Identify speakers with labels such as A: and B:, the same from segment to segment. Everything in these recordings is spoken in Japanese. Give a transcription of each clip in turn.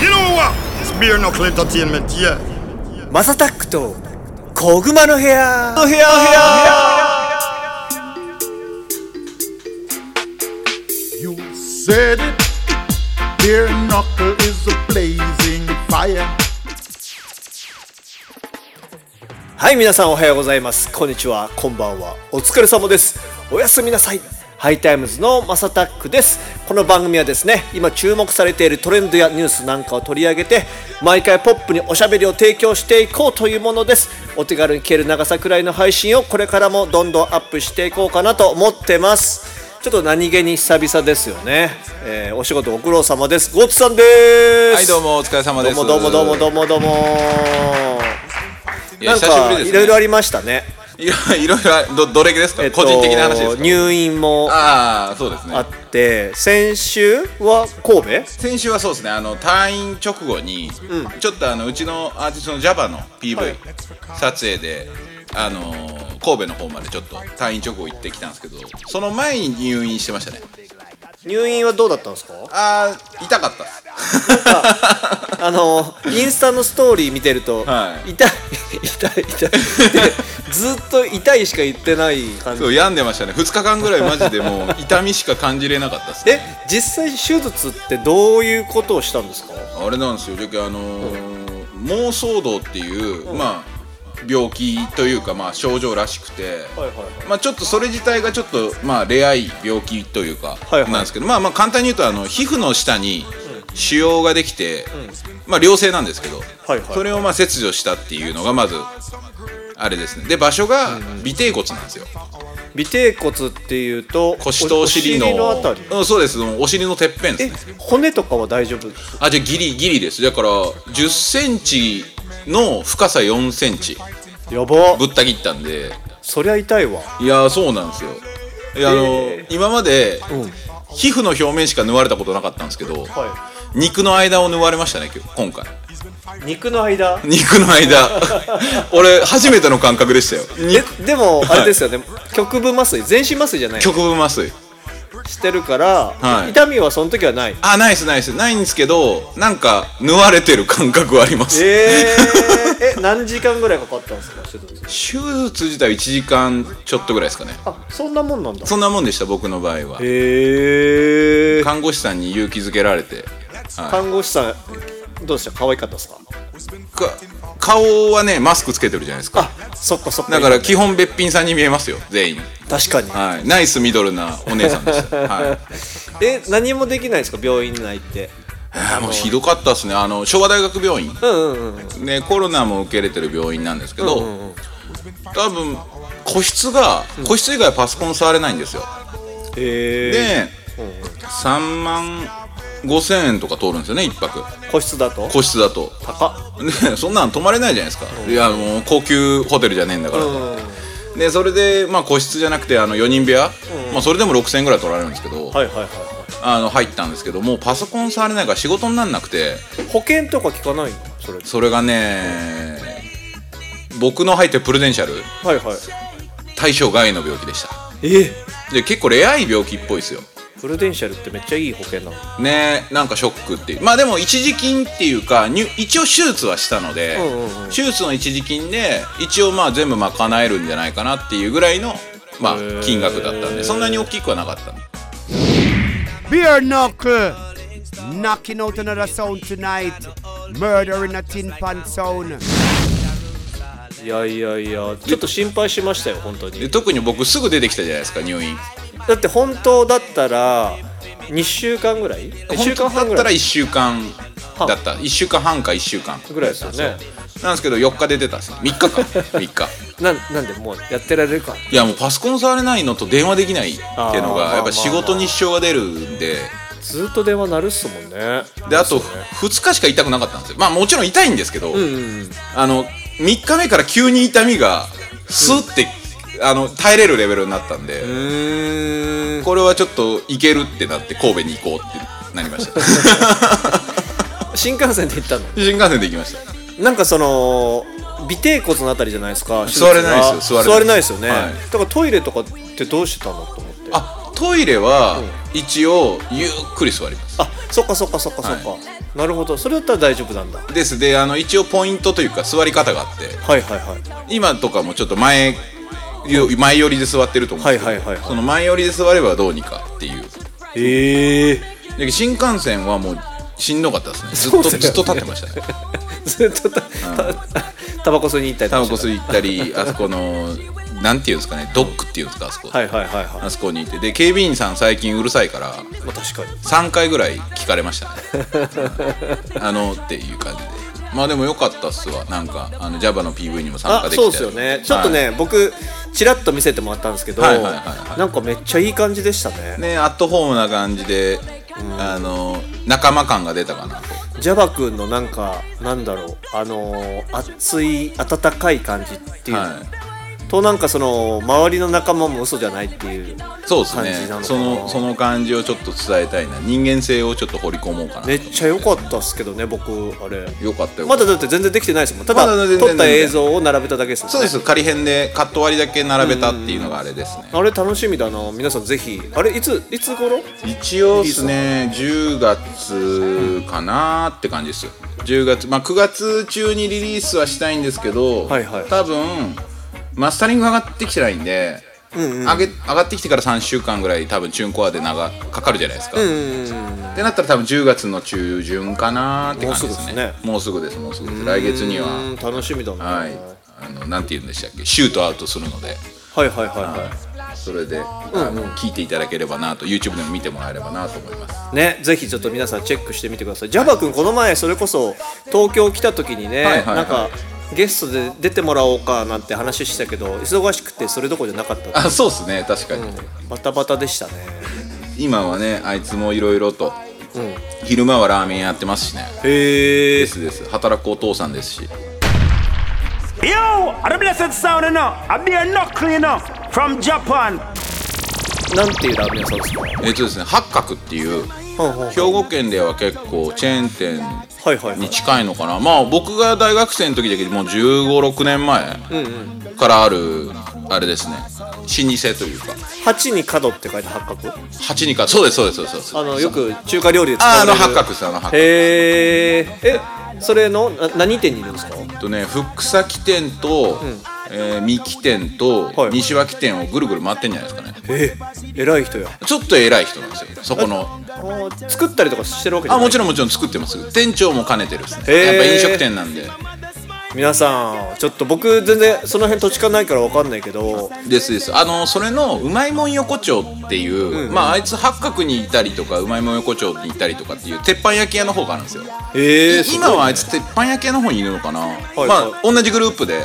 A: You know what? It's beer knuckle entertainment, yeah.
B: マサタックと小熊の部屋の部屋の
C: You said it. Beer knuckle is a blazing fire.
B: はい皆さんおはようございますこんにちはこんばんはお疲れ様ですおやすみなさいハイタイムズのマサタックですこの番組はですね今注目されているトレンドやニュースなんかを取り上げて毎回ポップにおしゃべりを提供していこうというものですお手軽に聞ける長さくらいの配信をこれからもどんどんアップしていこうかなと思ってますちょっと何気に久々ですよね、えーお仕事ご苦労様ですゴッツさんです
D: はいどうもお疲れ様です
B: どうもどうもどう
D: も
B: もどうもどうも
D: いや
B: なん
D: 久しぶ
B: か
D: りです
B: い
D: ね
B: ろいろありましたね。
D: いやいろいろどどれですか、
B: えっと
D: 個人的な話ですか
B: 入院もあ
D: ああそうですね
B: って、先週は神戸
D: 先週はそうですねあの退院直後に、ちょっとあのうちのアーティストの Java の PV、
B: はい
D: 撮影であのー神戸の方までちょっと退院直後行ってきたんですけどその前に入院してましたね
B: 入院はどうだったんですか
D: ああ痛かったっす
B: あのインスタのストーリー見てると、
D: はい
B: 痛い痛い痛いってずっと痛いしか言ってない感じ
D: そう病んでましたね2日間ぐらいマジでもう痛みしか感じれなかったっす
B: え実際手術ってどういうことをしたんですか
D: あれなんですよじゃああのー妄想道っていう、まあ病気というかまあ症状らしくて、
B: はいはいはい
D: まあちょっとそれ自体がちょっとまあレアい病気というか
B: いはい
D: なんですけど、まあまあ簡単に言うとあの皮膚の下に腫瘍ができて、まあ良性なんですけど、
B: はいはい
D: それをまあ切除したっていうのがまずあれですねで場所が尾てい骨なんですよ
B: 尾てい骨っていうと
D: 腰とお尻の
B: おあたり
D: うん、そうですお尻のてっぺんです
B: え
D: ね
B: 骨とかは大丈夫です
D: あじゃあギリギリですだから1 0ンチの深さ4センチ
B: やば
D: ぶった切ったんで
B: そりゃ痛いわ
D: いやーそうなんですよいやあの、今まで、皮膚の表面しか縫われたことなかったんですけど、
B: は
D: 肉の間を縫われましたね今日今回
B: い肉の間
D: 肉の間 俺初めての感覚でしたよ肉
B: えでもあれですよね、局部麻酔全身麻酔じゃない
D: 局部麻酔
B: してるから、
D: はい
B: 痛みはその時はない
D: あナイスナイスないんですけどなんか縫われてる感覚はあります
B: えー、 え何時間ぐらいかかったんですか手術
D: 手術自体1時間ちょっとぐらいですかね
B: あそんなもんなんだ
D: そんなもんでした僕の場合は
B: へえ
D: 看護師さんに勇気づけられて、は
B: 看護師さんどうでした可愛かったですか
D: い、か顔はねマスクつけてるじゃないですか
B: あそっかそっか
D: だから基本べっぴんさんに見えますよ全員、
B: 確かに
D: はい、ナイスミドルなお姉さんで した、はい、
B: え何もできないですか病院内って
D: あーもうひどかったですねあの昭和大学病院、
B: うんうんうん
D: ね、コロナも受け入れてる病院なんですけど、多分個室が個室以外はパソコン触れないんですよ、
B: へえ
D: で、3万5000円とか通るんですよね1泊
B: 個室だと
D: 個室だと
B: 高っ
D: ね、そんなん泊まれないじゃないですか、いやもう高級ホテルじゃねえんだから、
B: うん
D: でそれで、まあ、個室じゃなくてあの4人部屋、まあ、それでも6000円ぐらい取られるんですけど、
B: はいはいはいはい
D: あの入ったんですけどもうパソコン触れないから仕事になんなくて
B: 保険とか聞かないのそれ
D: それがね僕の入ってるプルデンシャル
B: はいはい
D: 対象外の病気でした
B: え
D: で結構レアい病気っぽいですよ
B: プルデンシャルってめっちゃいい保険なの
D: ねなんかショックっていうまあでも一時金っていうか入一応手術はしたので、
B: んうん
D: 手術の一時金で一応まあ全部賄えるんじゃないかなっていうぐらいの、まあ、金額だったんでそんなに大きくはなかった
E: Beer knuckle. Knocking out another sound tonight. Murder in a tin pan sound.
B: いやいやいやちょっと心配しましたよ本当
D: で
B: に
D: 特に僕すぐ出てきたじゃないですか入院
B: だって本当だったら2週間ぐらい1週間半ぐ
D: 本当だったら
B: らい
D: 1週間だった1週間半か1週間
B: ぐらいですよね
D: なんですけど4日で出たんです3日か 3日
B: ななんでもうやってられるか
D: いやもうパソコン触れないのと電話できないっていうの
B: あー
D: がやっぱ仕事に支障が出るんで
B: ずっと電話鳴るっすもんね
D: であと2日しか痛くなかったんですよまあもちろん痛いんですけど、あの3日目から急に痛みがスッて、あの耐えれるレベルになったんで、これはちょっといけるってなって神戸に行こうってなりました
B: 新幹線で行ったの
D: 新幹線で行きました
B: なんかその尾てい骨のあたりじゃないですか
D: 座れないです
B: 手術
D: よ
B: が座
D: 座
B: れな
D: れない
B: で
D: い
B: すよね、
D: はい
B: だからトイレとかってどうしてたのと思って
D: あトイレは一応ゆっくり座ります
B: あそっかそっかそっかそっか、
D: は
B: なるほどそれだったら大丈夫なんだは
D: ですであの一応ポイントというか座り方があって
B: いはいはい
D: 今とかもちょっと前よ前寄りで座ってると思うんですけ
B: はい
D: ど、
B: はいはいはい
D: その前寄りで座ればどうにかっていう
B: ええ
D: で新幹線はもうしんどかったですねずっ
B: そう
D: と
B: です
D: ず
B: よね
D: っと立ってましたね
B: ずっとたた タバコ吸いに行ったりと
D: タ
B: か
D: バ
B: して
D: コ吸い行ったりあそこのなんていうんですかねドックっていうんですかあそこ、
B: はいはいはいはい、
D: あそこにいてで警備員さん最近うるさいから
B: まあ、確かに
D: 3回ぐらい聞かれましたね うんあのっていう感じでまあでも良かったっすわなんかあの JAVA の PV にも参加
B: あ
D: できて
B: そうですよねちょっと
D: は
B: ね、僕ちらっと見せてもらったんですけど、
D: はいはいはいはい
B: なんかめっちゃいい感じでしたね
D: いねアットホームな感じであの仲間感が出たかなと
B: ジャバ君のなんかなんだろうあのー熱い温かい感じっていうの、
D: は
B: となんかその周りの仲間も嘘じゃないっていう
D: そうですね
B: 感じなのかな
D: そのその感じをちょっと伝えたいな人間性をちょっと掘り込もうかな
B: めっちゃ良か
D: っ
B: ったっすけどね僕あれ
D: たよかったよ
B: ま
D: かった
B: だだって全然できてないですもんた
D: ま
B: だ
D: だ全然
B: 撮った映像を並べただけですもんね
D: そうです仮編でカット割りだけ並べたっていうのがあれですね
B: あれ楽しみだな皆さんぜひあれいついつ頃
D: 一応ですね10月かなって感じですよ10月まあ9月中にリリースはしたいんですけど、
B: はいはい
D: 多分マスタリング上がってきてないんで、上げ上がってきてから3週間ぐらい多分チューンコアで長かかるじゃないですか、ってなったら多分10月の中旬かなって感じですねもうすぐですもうすぐです来月に
B: うーん
D: は
B: 楽しみだな、
D: はいあのなんて言うんでしたっけシュートアウトするので
B: はいはいはいはい
D: それで、あの聞いていただければなと YouTube でも見てもらえればなと思います
B: ね、ぜひちょっと皆さんチェックしてみてください。ジャバ君この前それこそ東京来た時にね、
D: はいはいはい
B: なんかゲストで出てもらおうかなんて話してたけど忙しくてそれどころじゃなかったって
D: あそうですね確かに、
B: バタバタでしたね。
D: 今はねあいつもいろいろと、昼間はラーメンやってますしね
B: へ
D: で
B: え。
D: すです働くお父さんですし
F: Yo, are the blessed sound enough? I be a knuckle enough from Japan.
B: なんていうラーメン屋さんですか。
D: えっとですね八角っていう
B: ほんほん
D: 兵庫県では結構チェーン店
B: はいはいは
D: に
B: い。
D: 近いのかなまあ僕が大学生の時だけでもう1 5 6年前からあるあれですね老舗というか
B: 八に角って書いて八角。
D: 八にかそうですそうですそうです
B: あのよく中華料理で使わ
D: ああ
B: れる。
D: の八角ですあの八角
B: へえ。え、それのな何店にいるんですか。
D: えっとね福崎店と、えー三木店と
B: はい
D: 西脇店をぐるぐる回ってんじゃないですかね
B: え、偉い人や。
D: ちょっと偉い人なんですよそこの
B: あー作ったりとかしてるわけじゃ
D: あ
B: ない。
D: もちろんもちろん作ってます店長も兼ねてるですね
B: へー
D: やっぱ飲食店なんで
B: 皆さんちょっと僕全然その辺土地勘ないから分かんないけど
D: ですですあのそれのうまいもん横丁っていう、まああいつ八角にいたりとかうまいもん横丁にいたりとかっていう鉄板焼き屋の方があるんですよ、
B: え
D: い今はあいつ鉄板焼き屋の方にいるのかな、
B: はい
D: まあ同じグループで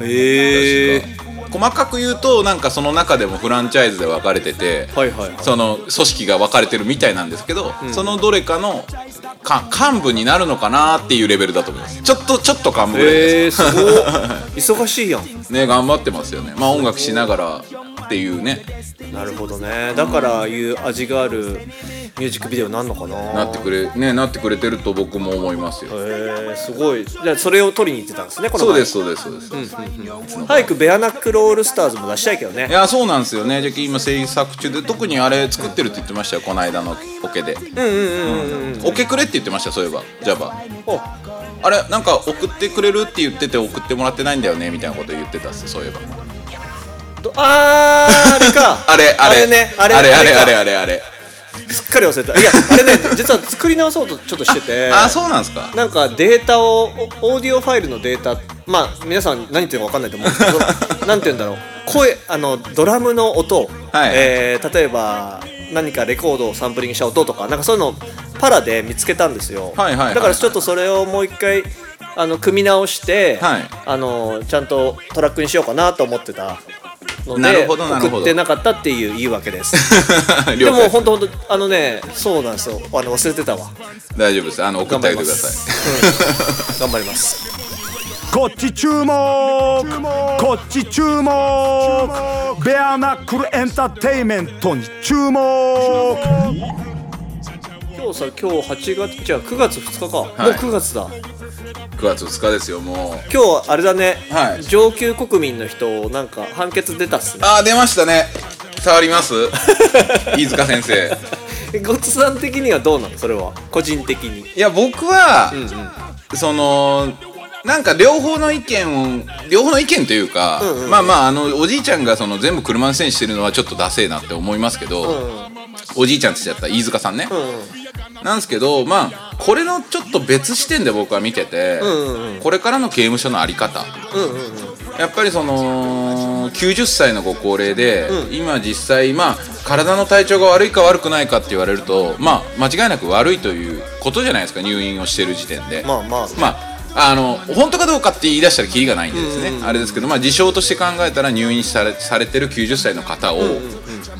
B: へえ
D: 細かく言うとなんかその中でもフランチャイズで分かれてて、
B: はいはいはい
D: その組織が分かれてるみたいなんですけど、そのどれかのか幹部になるのかなっていうレベルだと思いますちょっとちょっと幹部ぐらいです、
B: えー、すごい忙しいやん
D: ね頑張ってますよねまあ音楽しながらっていうね
B: なるほどねだからああいう味があるミュージックビデオになんのかな
D: なってくれねなってくれてると僕も思いますよ
B: えー、すごいじゃあそれを取りに行ってたんですねこの
D: そう
B: 前
D: ですそうですそうです、
B: 早くベアナックルオールスターズも出したいけど
D: い
B: ね
D: やそうなんですよねじゃあ今制作中で特にあれ作ってるって言ってましたよこの間のオケでうんオケくれって言ってましたそういえば JAVA
B: お
D: あれなんか送ってくれるって言ってて送ってもらってないんだよねみたいなこと言ってたっすそういえば
B: どあーあれか
D: あれあれ
B: ねあれ
D: あれあれ
B: か
D: あれあれあれ
B: すっかり忘れてたいやあれね実は作り直そうとちょっとしてて
D: あそうなんですか
B: なんかデータをオオーディオファイルのデータまあ皆さん何言ってるか分かんないと思うんですけど なんて言うんだろう声あのドラムの音、
D: はい
B: えー例えば何かレコードをサンプリングした音とかなんかそういうのをパラで見つけたんですよ、
D: はいはいはいはい
B: だからちょっとそれをもう一回あの組み直して、
D: はい
B: あのちゃんとトラックにしようかなと思ってたので
D: なるほどなるほど
B: 送ってなかったっていう言い訳ですで
D: 了解
B: も
D: です
B: 本当本当あのねそうなんですよあの忘れてたわ
D: 大丈夫ですあの送ってあげてください
B: さい。頑張ります。
F: こっち注目こっち注目ベアナックルエンターテイメントに注目
B: 今日さ、今日8月、じゃあ9月2日か。もう9月だ。
D: 9月2日ですよもう
B: 今日あれだね、
D: はい
B: 上級国民の人、なんか判決出たっすね。
D: あー出ましたね伝わります飯塚先生
B: えゴッツさん的にはどうなのそれは個人的に
D: いや僕は、
B: うんうん
D: そのなんか両方の意見を両方の意見というか、まあまああのおじいちゃんがその全部車のせいにしてるのはちょっとダセえなって思いますけど、おじいちゃんって言っちゃった飯塚さんね、なんですけどまあこれのちょっと別視点で僕は見てて、これからの刑務所の在り方、やっぱりその90歳のご高齢で、今実際まあ体の体調が悪いか悪くないかって言われるとまあ間違いなく悪いということじゃないですか入院をしてる時点で。
B: まあまあ
D: まあ、あの本当かどうかって言い出したらキリがないんでですね、あれですけど、まあ、事象として考えたら入院されされてる90歳の方を、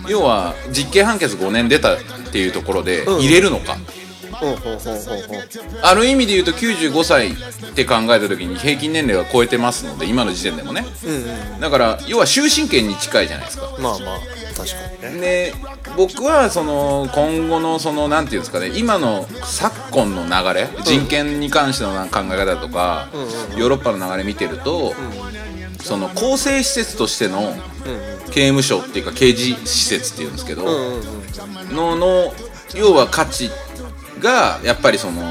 D: 要は実刑判決5年出たっていうところで入れるのか、
B: うんうんうんうんうん
D: ある意味で言うと95歳って考えた時に平均年齢は超えてますので今の時点でもね、だから要は終身刑に近いじゃないですか。
B: まあまあ確かにね
D: で僕はその今後のそのなんていうんですかね今の昨今の流れ人権に関しての考え方とか、ヨーロッパの流れ見てると、その更生施設としての刑務所っていうか刑事施設っていうんですけど、のの要は価値がやっぱりその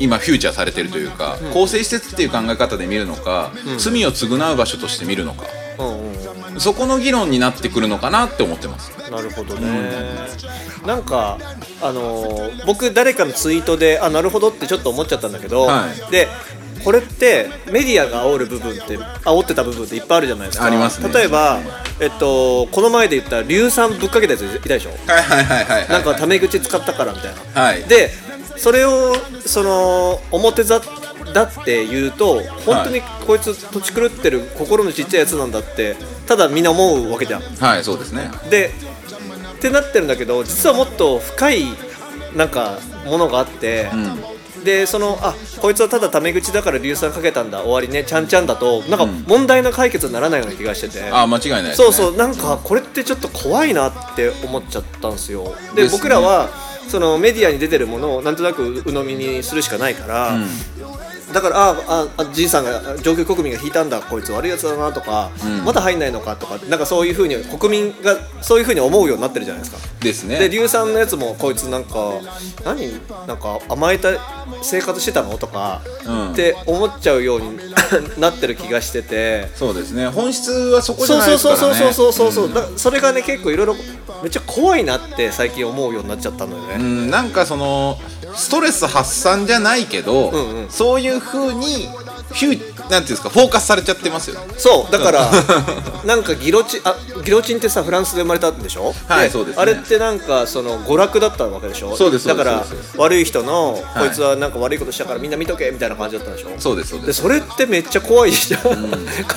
D: 今フューチャーされてるというか、更生施設っていう考え方で見るのか、罪を償う場所として見るのか、
B: うんうん
D: そこの議論になってくるのかなって思ってます。
B: なるほどね、なんかあのー僕誰かのツイートであなるほどってちょっと思っちゃったんだけど、
D: はい
B: でこれってメディアが煽る部分って煽ってた部分っていっぱいあるじゃないですか
D: ありますね
B: 例えば、えっと、この前で言った硫酸ぶっかけたやついたでしょ
D: はいはいはいはいはい
B: なんかタメ口使ったからみたいな、
D: はい
B: でそれをその表ざだって言うと本当にこいつ土地狂ってる心のちっちゃいやつなんだってただみんな思うわけじゃん
D: はいそうですね
B: でってなってるんだけど実はもっと深いなんかものがあって、でそのあこいつはただタメ口だから硫酸かけたんだ終わりねちゃんちゃんだとなんか問題の解決にならないような気がしてて、
D: あ間違いないです、ね、
B: そうそうなんかこれってちょっと怖いなって思っちゃったんですよで
D: ですね
B: 僕らはそのメディアに出てるものをなんとなく鵜呑みにするしかないから、だからあああじいさんが上級国民が引いたんだこいつ悪いやつだなとか、まだ入んないのかとかなんかそういうふうに国民がそういうふうに思うようになってるじゃないですか
D: ですね
B: で硫酸のやつもこいつなんか何なんか甘えた生活してたのとか、
D: うん
B: って思っちゃうように なってる気がしてて
D: そうですね本質はそこじ
B: そ
D: ゃ
B: う
D: ない
B: そう
D: ですか
B: そう
D: らね
B: そうそうそうそうそうだからそれがね結構いろいろめっちゃ怖いなって最近思うようになっちゃったのよ
D: う
B: ね、
D: んなんかそのストレス発散じゃないけ
B: ん
D: ど、
B: うん
D: そういう風にフューなんていうんですかフォーカスされちゃってますよね
B: そうだから なんかギロチンあギロチンってさフランスで生まれたんでしょ
D: はいそうですね
B: あれってなんかその娯楽だったわけでしょ
D: そうですそう
B: だ
D: です
B: から
D: そうです
B: 悪い人の
D: い
B: こいつはなんか悪いことしたからみんな見とけみたいな感じだったんでしょ
D: そうですそう
B: で
D: です
B: それってめっちゃ怖いじゃん、考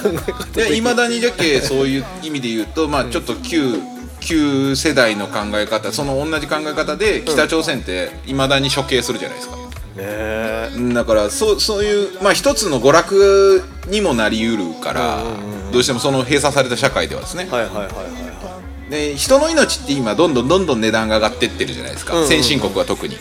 B: え方
D: でいまだにじゃけそういう意味で言うとまあちょっと旧旧世代の考え方その同じ考え方で北朝鮮っていまだに処刑するじゃないですか、
B: ね
D: だからそうそういう、まあ、一つの娯楽にもなりうるから、どうしてもその閉鎖された社会ではですね、
B: はいはいはいはいは
D: で人の命って今どんどんどんどん値段が上がってってるじゃないですか、
B: んうん
D: 先進国は特に、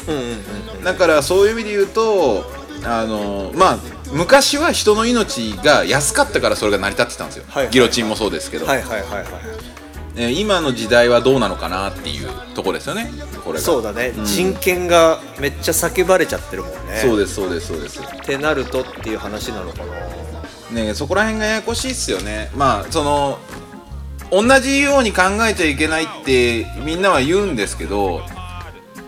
D: だからそういう意味で言うとあのまあ昔は人の命が安かったからそれが成り立ってたんですよ、
B: はいはいはい
D: ギロチンもそうですけど、
B: いはいはいはいはい
D: えー今の時代はどうなのかなっていうところですよねこれが
B: そう
D: だ
B: だね、人権がめっちゃ叫ばれちゃってるもんね
D: そうですそうですそうです
B: ってなるとっていう話なのかな
D: ねそこら辺がややこしいっすよねまあその同じように考えちゃいけないってみんなは言うんですけど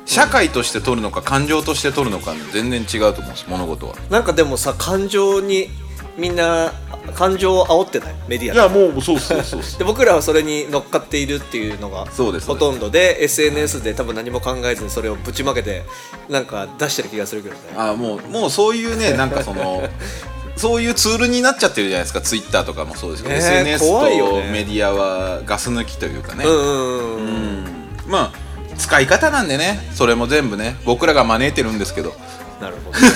D: 社会として取るのか感情として取るのか全然違うと思うんです物事は
B: なんかでもさ感情にみんな感情を煽ってないメディアって
D: もうそうそうそう
B: で僕らはそれに乗っかっているっていうのが
D: そうです
B: ほとんどで SNS で多分何も考えずにそれをぶちまけてなんか出してる気がするけどね
D: あもうもうそういうねなんか そのそういうツールになっちゃってるじゃないですかツイッターとかもそうですけど、
B: ね
D: SNS
B: 怖いよ
D: と
B: ね
D: メディアはガス抜きというかね、
B: うんうんうんうん
D: まあ使い方なんでねそれも全部ね僕らが招いてるんですけど
B: なるほどね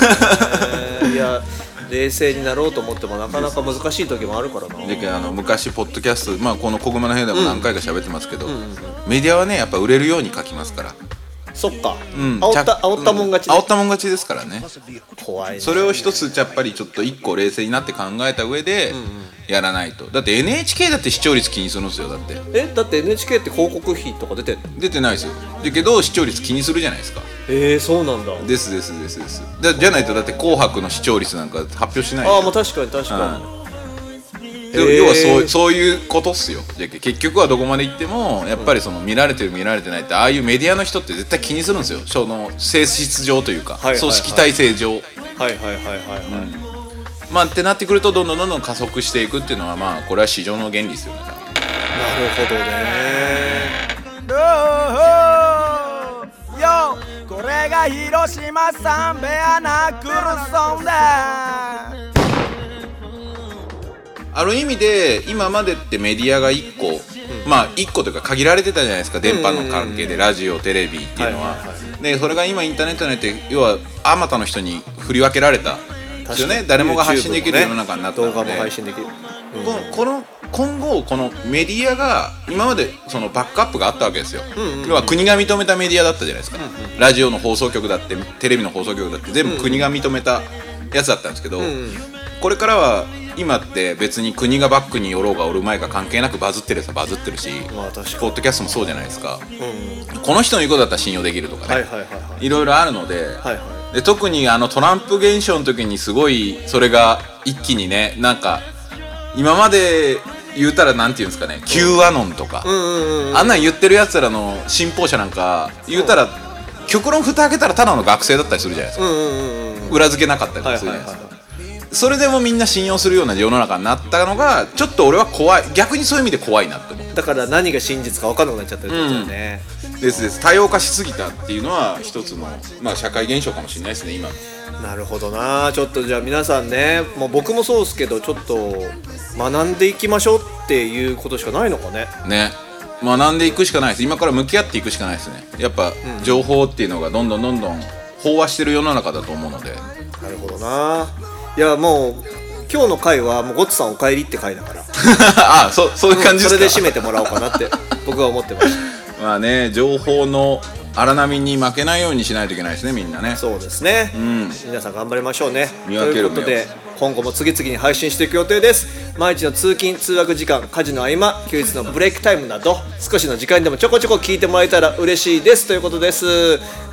B: いや冷静になろうと思ってもなかなか難しい時もあるからな
D: だけどあの昔ポッドキャスト、まあ、この「小熊の部屋」でも何回か喋ってますけど、メディアはねやっぱ売れるように書きますから、
B: そっか、
D: うん、
B: 煽っ
D: ち
B: た
D: ゃ
B: 煽ったもん勝ち、
D: う煽ったもん勝ちですからね
B: 怖いね
D: それを一つやっぱりちょっと一個冷静になって考えた上で、やらないとだって NHK だって視聴率気にするんですよだって
B: えだって NHK って広告費とか出てんの
D: 出てないですよだけど視聴率気にするじゃないですか
B: えー、そうなんだ
D: ですですですですだじゃないとだって「紅白」の視聴率なんか発表しない
B: ああまあ確かに確かに
D: で
B: へー
D: 要はそうそういうことっすよで結局はどこまで行ってもやっぱりその見られてる見られてないってああいうメディアの人って絶対気にするんですよその性質上というか、
B: いはいはい
D: 組織体制上
B: はいはいはいはいはい、
D: まあってなってくるとどんどんどんどん加速していくっていうのはまあこれは市場の原理ですよね
B: なるほどね
G: これが広島サンベアナクルソンだ
D: ある意味で今までってメディアが1個、まあ1個というか限られてたじゃないですか電波の関係でラジオテレビっていうのは,、でそれが今インターネットになって要はあまたの人に振り分けられたですよね誰もが発信できる世の中になったので、
B: 動画も配信できる
D: このこの今後このメディアが今までそのバックアップがあったわけですよ、要は国が認めたメディアだったじゃないですか、ラジオの放送局だってテレビの放送局だって全部国が認めたやつだったんですけど、これからは今って別に国がバックに寄ろうがおるまいが関係なくバズってるさバズってるし、
B: まあ確かに
D: ポッドキャストもそうじゃないですか、この人の言うことだったら信用できるとかね、
B: はいはいはいはい
D: いろいろあるので,、
B: はいは
D: で特にあのトランプ現象の時にすごいそれが一気にねなんか今まで言うたらなんていうんですかね Q アノンとか、あんなん言ってるやつらの信奉者なんか言うたら、極論蓋開けたらただの学生だったりするじゃないですか、裏付けなかったりとかするじゃないですか、それでもみんな信用するような世の中になったのがちょっと俺は怖い逆にそういう意味で怖いなって思う
B: だから何が真実か分かんなくなっちゃってるってことだよね、
D: ですです多様化しすぎたっていうのは一つの、まあ、社会現象かもしれないですね今の
B: なるほどなちょっとじゃあ皆さんねもう僕もそうですけどちょっと学んでいきましょうっていうことしかないのかね
D: ね学んでいくしかないです今から向き合っていくしかないですねやっぱ情報っていうのがどんどんどんどん飽和してる世の中だと思う ので
B: なるほどないやもう今日の回はもうゴッツさんお帰りって回だから
D: ああそそういう 感じ
B: それで
D: ですか、
B: 締めてもらおうかなって僕は思ってまし
D: まあね情報の荒波に負けないようにしないといけないですねみんなね
B: たそうですね、
D: ん
B: 皆さん頑張りましょうね
D: 見分ける
B: ということで今後も次々に配信していく予定です毎日の通勤通学時間家事の合間休日のブレイクタイムなど少しの時間でもちょこちょこ聞いてもらえたら嬉しいですということです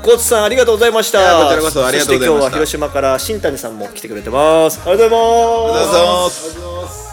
B: ゴッツさんありがとうございました
D: いやこちらこそありがと
B: そし
D: うございました
B: て今日は広島から新谷さんも来てくれてますありがとうございます
D: ありがとうございます